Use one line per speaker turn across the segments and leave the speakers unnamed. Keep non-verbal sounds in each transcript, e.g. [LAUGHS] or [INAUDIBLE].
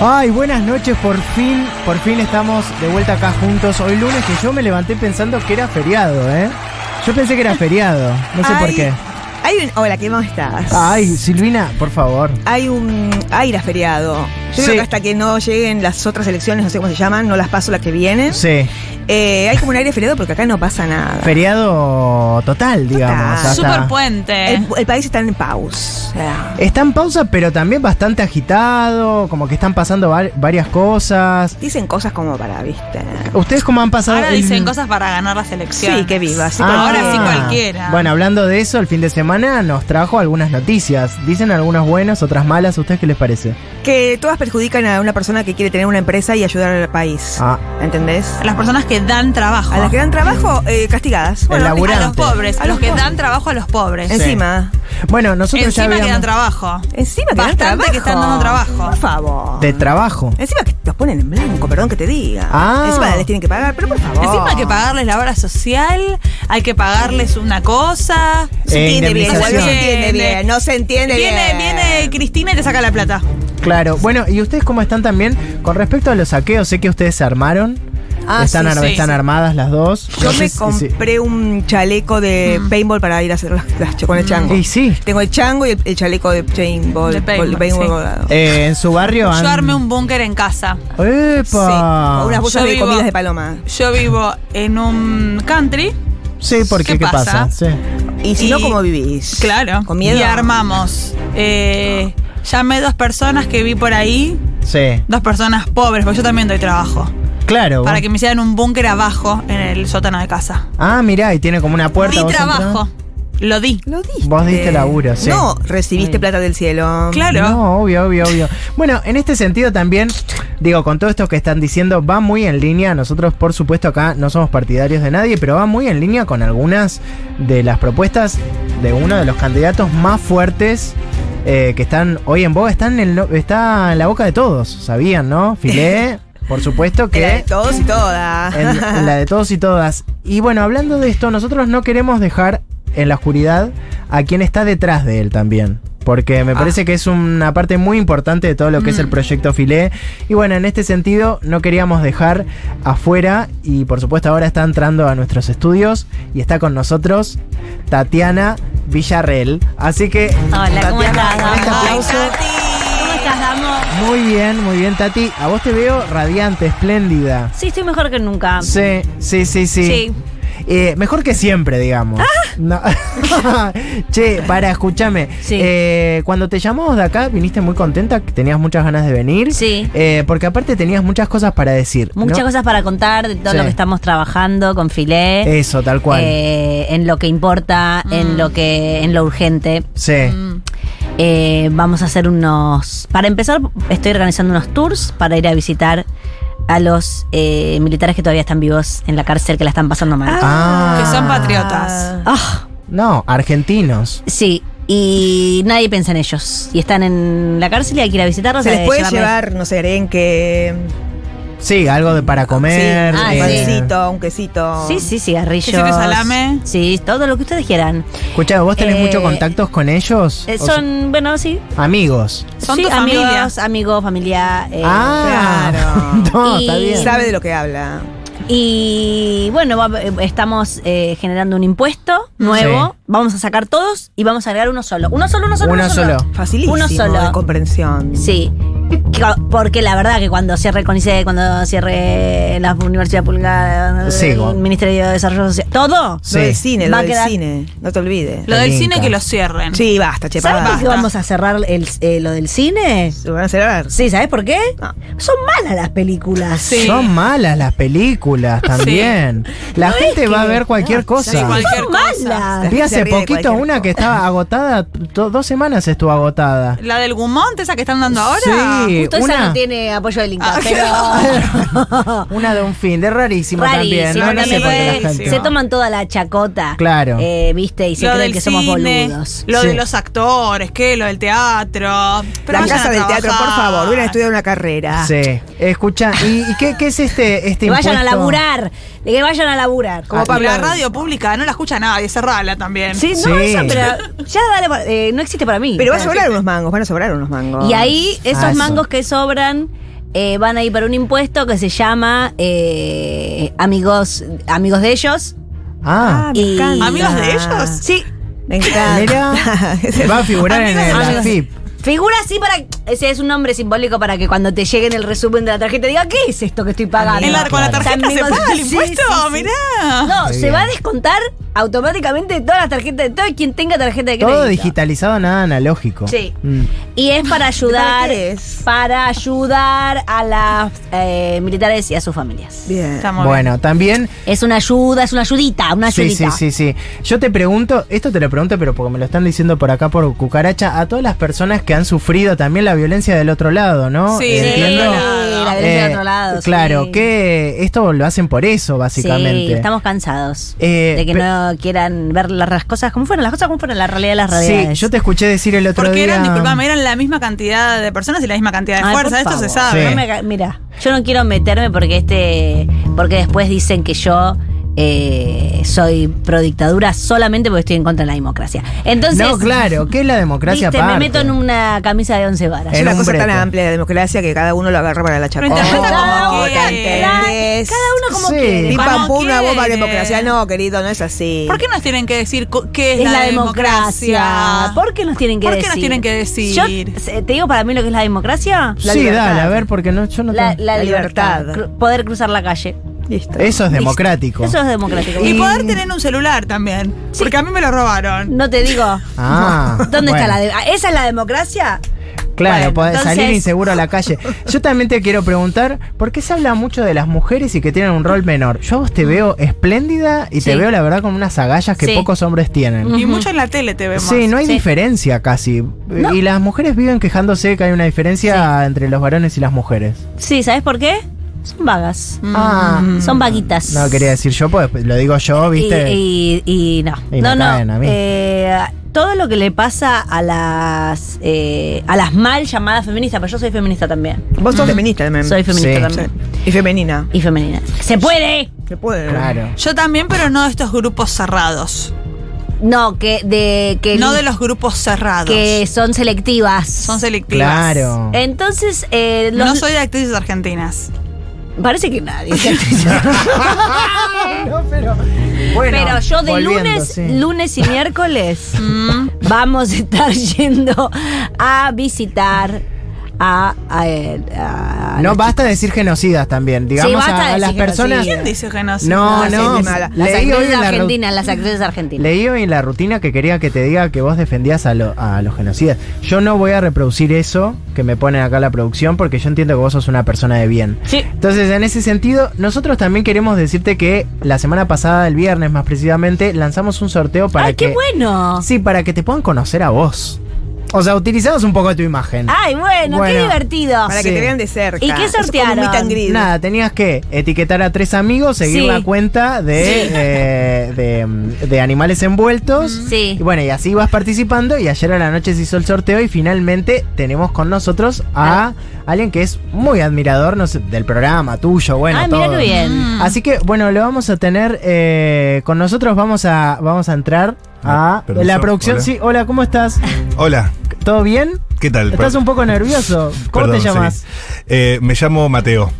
Ay, buenas noches, por fin, por fin estamos de vuelta acá juntos. Hoy lunes que yo me levanté pensando que era feriado, ¿eh? Yo pensé
[LAUGHS]
que era feriado, no sé por
Ay,
qué.
Hay un, hola, ¿qué más estás?
Ay, Silvina, por favor.
Hay un aire feriado. Yo
Sí.
creo que hasta que no lleguen las otras elecciones, no sé cómo se llaman, no las paso las que vienen.
Sí,
eh, hay como un aire feriado porque acá no pasa nada.
feriado total, digamos.
Total.
hasta-
Super puente.
El, el país está en pausa.
Está en pausa, pero también bastante agitado, como que están pasando var- varias cosas.
Dicen cosas como para, viste.
¿Ustedes cómo han pasado?
Ahora
el-
dicen cosas para ganar las elecciones.
Sí, que viva, sí,
Ah. Ahora sí
cualquiera.
cualquiera.
Bueno, hablando de eso, el fin de semana nos trajo algunas noticias. Dicen algunas buenas, otras malas. ¿A ustedes qué les parece?
Que todas perjudican a una persona que quiere tener una empresa y ayudar al país.
Ah.
¿Entendés?
A las personas que dan trabajo.
A las que dan trabajo, eh, castigadas.
laburo-
listo.
a los
laburante.
pobres.
A
A los
los
que
pobres.
dan trabajo a los pobres.
Sí.
Encima.
Bueno, nosotros ya
Encima que dan
habíamos
trabajo.
Encima que dan
Bastante
trabajo.
que están dando trabajo.
Por favor.
de trabajo.
Encima que los ponen en blanco, perdón que te diga.
Ah.
Encima les tienen que pagar, pero por favor.
Encima hay que pagarles la obra social, hay que pagarles una cosa.
No se
Eh,
entiende bien, igual no se
indemnización.
entiende bien, no se entiende
Viene,
bien.
viene Cristina y te saca la plata.
Claro. Bueno, ¿y ustedes cómo están también con respecto a los saqueos? Sé que ustedes se armaron.
Ah,
están
sí,
ar-
sí,
están
sí.
armadas las dos.
Yo
No sé
me
si- si-
compré un chaleco de
Mm.
paintball para ir a hacer las, las ch- con el chango.
Y sí.
Tengo el chango y el, el chaleco de paintball.
De paintball,
de paintball
sí.
colgado.
Eh, en su barrio. han-
Yo armé un búnker en casa.
Sí, con
¡Epa!
unas bolsas
Yo
de
vivo-
comidas de paloma.
Yo vivo en un country.
Sí, porque ¿qué,
¿Qué
pasa?
pasa?
Sí.
Y si
Y-
no, ¿cómo vivís?
Claro.
Con miedo.
Y armamos. Eh, llamé dos personas que vi por ahí.
Sí.
Dos personas pobres, porque yo también doy trabajo.
Claro.
Para que me hicieran un búnker abajo en el sótano de casa.
Ah, mirá, y tiene como una puerta.
Di
vos entrás.
trabajo. Lo di.
Lo diste.
Vos diste laburo, sí.
No, recibiste plata del cielo.
Claro.
No, obvio, obvio, obvio. Bueno, en este sentido también, digo, con todo esto que están diciendo, va muy en línea. Nosotros, por supuesto, acá no somos partidarios de nadie, pero va muy en línea con algunas de las propuestas de uno de los candidatos más fuertes eh, que están hoy en boga. Están en lo- está en la boca de todos, sabían, ¿no? Filé, por supuesto
Que la
que
de todos y todas.
en,
[LAUGHS]
en
[LAUGHS]
la de todos y todas. Y bueno, hablando de esto, nosotros no queremos dejar en la oscuridad a quien está detrás de él también. Porque
Ah.
me parece que es una parte muy importante de todo lo que es el
Mm.
proyecto Filé. Y bueno, en este sentido no queríamos dejar afuera. Y por supuesto ahora está entrando a nuestros estudios. Y está con nosotros Tatiana Villarreal. Así que...
Hola,
Tatiana,
¿cómo estás,
con este
Damo?
aplauso.
¿Cómo estás, Damo?
Muy bien, muy bien Tati. A vos te veo radiante, espléndida.
Sí, estoy mejor que nunca.
Sí, sí, sí, sí.
Sí. Ah.
Eh, mejor que siempre, digamos. No. [LAUGHS] che, para, escúchame.
Sí.
Eh, cuando te llamamos de acá, viniste muy contenta, que tenías muchas ganas de venir.
Sí.
Eh, porque aparte tenías muchas cosas para decir. ¿no?
Muchas cosas para contar de todo
Sí.
lo que estamos trabajando con Filé.
Eso, tal cual.
eh, en lo que importa,
Mm.
en lo que, en lo urgente.
sí.
mm. Eh, vamos a hacer unos. Para empezar, estoy organizando unos tours para ir a visitar a los eh, militares que todavía están vivos en la cárcel, que la están pasando mal.
Ah.
Que son patriotas.
Ah,
No, argentinos.
sí. Y nadie piensa en ellos. Y están en la cárcel y hay que ir a visitarlos.
Se
hay
les
que
puede
llevarles-
llevar, no sé, arenque,
Sí, algo de para comer.
Ah,
un
sí.
eh,
pancito, un quesito.
Sí, sí, cigarrillos.
Quesito y salame.
Sí, todo lo que ustedes quieran.
Escuchá, ¿vos tenés
Eh,
muchos contactos con ellos?
Eh,
O
son, bueno, sí.
sea, amigos.
Son
sí,
tu familia.
amigos, amigos, familia. eh,
ah,
claro.
[LAUGHS] no, está
Y-
bien.
Sabe de lo que habla.
Y bueno, va- eh, estamos eh, generando un impuesto nuevo.
Sí.
Vamos a sacar todos y vamos a agregar uno solo. Uno solo, uno solo.
Uno solo.
Facilísimo
Uno solo.
de comprensión.
Sí. Ca- Porque la verdad que cuando cierre el CONICET, cuando cierre la Universidad Pública,
Sí,
el
bueno.
Ministerio de Desarrollo Social, todo.
Sí.
Lo del cine,
Va
lo
a
del
quedar-
cine. No te olvides.
Lo del
Inca.
cine que lo cierren.
Sí, basta, che,
¿Sabes por
pará.
qué vamos a cerrar el- eh, lo del cine?
Se van a cerrar.
Sí, ¿sabes por qué?
No.
Son malas las películas.
Sí.
Son malas las películas también. La gente va a ver cualquier cosa.
Sí, cualquier
Son
cosa.
malas.
Vi
Se
hace
ríe de
poquito
cualquier
una que
cosa.
estaba agotada, to- dos semanas estuvo agotada.
La del Gumont, esa que están dando ahora.
Sí,
Justo esa
una,
no tiene apoyo del Inca,
Ah,
pero.
[LAUGHS] una de un fin, de rarísimo,
Rarísimo,
también. No, no sé por qué la
rarísimo.
gente.
Se toman toda la chacota.
Claro.
eh, ¿Viste? Y se
Lo
creen
del
que somos
cine,
boludos.
lo
Sí.
de los actores, ¿qué? Lo del teatro. Pero
La
vayan
casa
a
del teatro, por
trabajar.
favor. Hubieran estudiado una carrera.
Sí. Escucha, ¿y, y qué, qué es este, este
Ah. Que vayan a
impuesto?
laburar. De que vayan a laburar.
Como
Ah,
para
mira.
la radio pública, no la escucha nadie, cerrala también.
Sí, no,
Sí.
eso, pero ya dale, eh, no existe para mí.
Pero va a sobrar unos mangos, van a sobrar unos mangos.
Y ahí esos
Ah, sí.
mangos que sobran eh, van a ir para un impuesto que se llama eh, amigos, amigos de ellos.
Ah,
Y-
¿Amigos de ellos?
Sí, me encanta.
mira.
[LAUGHS]
[LAUGHS]
Va a figurar en el
Ah, Amigos-
AFIP.
Figura así para. Ese es un nombre simbólico para que cuando te lleguen el resumen de la tarjeta diga, ¿qué es esto que estoy pagando?
¿En la- ¿Con la
Claro.
tarjeta se
Amigos-
paga el
Sí,
impuesto?
sí, sí.
Mirá.
No,
Muy
se
bien.
va a descontar automáticamente de todas las tarjetas de todo quien tenga tarjeta de crédito.
Todo digitalizado, nada analógico.
Sí.
Mm.
Y es para ayudar.
¿Para qué es?
para ayudar a las eh, militares y a sus familias.
Bien.
Está muy bien.
Bueno, también
Es una ayuda, es una ayudita, una
Sí,
ayudita.
sí, sí, sí. Yo te pregunto, esto te lo pregunto, pero porque me lo están diciendo por acá por cucaracha, a todas las personas que han sufrido también la violencia del otro lado, ¿no?
Sí,
Sí,
Eh,
Entiendo.
la violencia
eh,
de otro lado.
Claro,
sí.
que esto lo hacen por eso, básicamente.
Sí, estamos cansados
Eh,
de que
pe-
no quieran ver las cosas como fueron, las cosas como fueron, la realidad de las
Sí,
realidades.
yo te escuché decir el otro
Porque
día.
eran, disculpame, eran la misma cantidad de personas y la misma cantidad de
Ay, por
fuerza. Esto se
favor.
sabe.
Sí.
No me ca- mira, yo no quiero meterme porque este, porque después dicen que yo eh, soy pro dictadura solamente porque estoy en contra de la democracia. Entonces,
no, claro, ¿qué es la democracia
viste, me
aparte? Eh,
meto en una camisa de once varas.
Es
En
una
un
cosa tan
brete.
amplia la democracia que cada uno lo agarra para la charla.
Pero
Cada
interpreta
uno,
como
cada-
quiere.
cada uno como
Sí.
quiere.
Pim,
Como
pam, pum, una bomba de
quiere.
democracia. No, querido, no es así.
¿Por qué nos tienen que decir co- qué es,
es la democracia. ¿Por qué nos tienen que
¿Por qué
decir?
nos tienen que decir?
Yo, eh, te digo para mí lo que es la democracia.
La
sí,
libertad.
dale, a ver, porque no, yo no
La,
tengo-
la
La
libertad.
libertad.
Cru- poder cruzar la calle.
Listo.
Eso es democrático.
Eso es democrático.
Y poder tener un celular también. Porque a mí me lo robaron.
No te digo.
Ah,
[LAUGHS] ¿Dónde está
bueno.
la de ah, ¿Esa es la democracia?
Claro,
Bueno,
poder
entonces-
salir inseguro a la
[LAUGHS]
calle. Yo también te quiero preguntar, ¿por qué se habla mucho de las mujeres y que tienen un rol menor? Yo a vos te veo espléndida y te
Sí.
veo, la verdad, con unas agallas que
Sí.
pocos hombres tienen.
Mm.
Y
Ujú.
mucho en la tele te vemos.
Sí, no hay
Sí.
diferencia casi. Y las mujeres viven quejándose que hay una diferencia entre los varones y las mujeres.
Sí, ¿sabes por qué? Son vagas.
Ah,
Mm.
Son vaguitas.
no quería decir yo, pues lo digo yo, ¿viste?
Y, y- y no.
Y
no,
me caen a
no.
mí.
Eh, todo lo que le pasa a las eh, a las mal llamadas feministas, pero yo soy feminista también.
Vos sos feminista también.
Soy
Sí.
feminista también.
Y femenina.
em, Y femenina. ¡Se puede!
Se puede.
Claro.
Yo también, pero no de estos grupos cerrados.
No, que de que
no de los grupos cerrados.
que son selectivas.
Son selectivas.
Claro.
Entonces, eh, los-
No soy de actrices argentinas.
parece que nadie.
[LAUGHS]
No, pero, bueno,
Pero yo de
volviendo,
lunes,
sí.
lunes y miércoles
[LAUGHS] Mm.
vamos a estar yendo a visitar a, a- a- a-
No basta decir genocidas también. Digamos
basta
a- a,
decir
las personas.
genocidas.
¿Quién dice que no?
No,
sí,
no.
sí, mala.
leí
las
hoy Mm.
actrices
en la ru-
argentinas, las actrices argentinas.
Leí hoy en la rutina que quería que te diga que vos defendías a, lo- a los genocidas. Yo no voy a reproducir eso que me ponen acá la producción porque yo entiendo que vos sos una persona de bien.
Sí.
Entonces, en ese sentido, nosotros también queremos decirte que la semana pasada, el viernes más precisamente, lanzamos un sorteo para
Ay,
que.
qué bueno.
Sí, para que te puedan conocer a vos. O sea, utilizamos un poco de tu imagen.
Ay, bueno,
Bueno.
qué divertido.
Para
Sí.
que te vean de cerca.
¿Y qué
Es como un
sortearon?
meet and greet.
Nada, tenías que etiquetar a tres amigos, seguir
Sí.
la cuenta de, eh, de, mm, de animales envueltos.
Sí.
Y bueno, y así vas participando. Y ayer a la noche se hizo el sorteo. Y finalmente tenemos con nosotros
Ah.
a alguien que es muy admirador no sé, del programa tuyo. Bueno,
Ah, mira
todo.
qué bien.
Mm.
Así que bueno, lo vamos a tener eh, con nosotros. Vamos a, vamos a entrar a
Ah, permiso,
la producción.
hola.
Sí, hola, ¿cómo
[LAUGHS]
estás?
Hola,
¿Todo bien?
¿qué tal?
¿Estás un poco nervioso? ¿Cómo
Perdón,
te llamas?
sí. Eh, me llamo Mateo.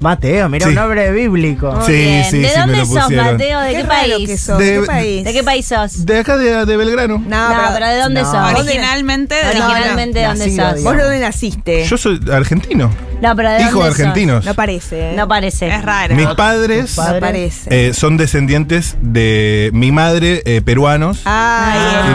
Mateo, mira,
Sí.
un nombre bíblico.
Muy
Sí,
bien.
sí,
¿De
sí, me
dónde
lo
sos,
pusieron.
Mateo? ¿De qué,
raro que
país?
sos.
De-
¿Qué país?
¿De qué país sos?
De acá, de, de Belgrano.
No,
No,
pero-
pero ¿de dónde
no.
sos?
Originalmente de
Origi-
Originalmente, ¿de
no,
dónde
nacido,
sos?
digamos.
Vos no naciste.
Yo soy argentino,
No, pero ¿de
hijo de
dónde sos?
argentinos.
No parece. ¿eh?
No parece.
Es raro.
Mis padres
padres.
No parece.
eh, son descendientes de mi madre, eh, peruanos.
Ah. Ay,
Y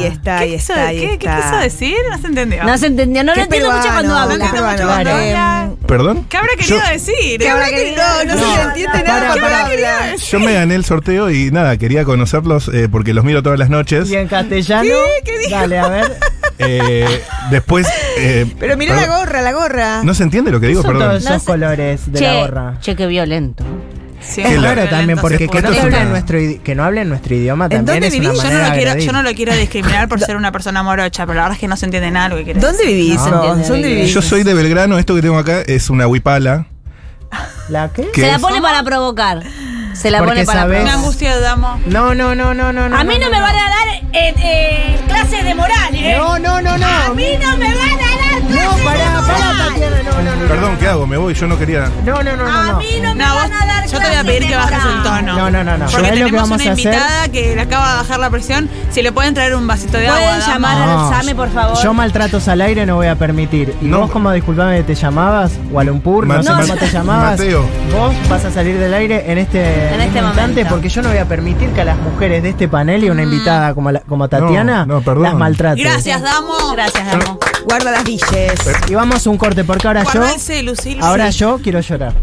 me-
ahí está,
¿Qué
ahí
quiso-
está, ahí
¿Qué qué
está.
quiso decir? No se entendió.
No se Em, entendió, no
Qué
lo entiendo mucho
peruano,
cuando
qué
habla.
No entiendo mucho
peruano.
cuando
Eh,
habla.
¿Perdón?
¿Qué habrá querido
yo,
decir?
¿Qué habrá querido? No, no se
No.
entiende
Para,
nada.
para,
para
para.
hablar.
yo me gané el sorteo y nada, quería conocerlos eh, porque los miro todas las noches.
Y en castellano.
¿Qué? ¿Qué dijo?
Dale, a
[LAUGHS]
ver.
Eh, después. eh,
Pero mirá
perdón.
la gorra, la gorra.
No se entiende lo que digo,
Son
perdón.
todos esos
No sé.
colores de
che,
la gorra.
che, qué violento.
Sí,
Es
Qué
raro
violento,
también,
sí,
porque que
porque
no,
esto es
hablen
una-
nuestro, idi- que no hablen nuestro idioma
¿En
también
dónde
es una
vivís?
Yo no,
manera
lo quiero, yo
agresiva.
no lo quiero discriminar por ser una persona morocha, pero la verdad es que no se entiende nada lo que quiere
¿Dónde vivís
No.
vos?
Se
entiende
¿Dónde
bien.
vivís?
Yo soy de Belgrano, esto que tengo acá es una huipala.
¿La qué?
¿Qué
Se la
es?
pone para provocar. Se la
Porque
pone para
sabés-
decir. Una
provocar.
angustia de damo.
No, no, no, no, no.
A mí no me van a dar eh, eh, clases de moral, ¿eh?
No, no, no, no.
A mí no me van a dar
No,
clases
pará,
de moral.
pará,
hago? Me voy, yo no quería.
No, no, no, no.
A
no.
mí no me
No,
van
vos-
a dar
yo te voy a
clases
pedir que
de
bajes el
moral.
tono.
No, no, no, no.
Porque
Yo ahí lo
tenemos
que vamos
una
a hacer-
invitada que le acaba de bajar la presión. Si le pueden traer un vasito de agua.
Pueden
dama.
llamar
No.
al SAME, por favor.
Ah, Yo maltratos al aire no voy a permitir. Y
No.
vos, como disculpame, te llamabas, Gualumpur, no,
Ma-
sé
No.
cómo te llamabas.
Mateo.
Vos vas a salir del aire en este,
En este
instante
momento.
porque yo no voy a permitir que a las mujeres de este panel y una invitada como, la- como Tatiana
no, perdón.
las maltrate.
Gracias, Damo.
Gracias, Damo.
Guarda las villas.
Y vamos a un corte porque ahora yo,
Guarda ese, Lucil,
ahora
sí.
yo quiero llorar.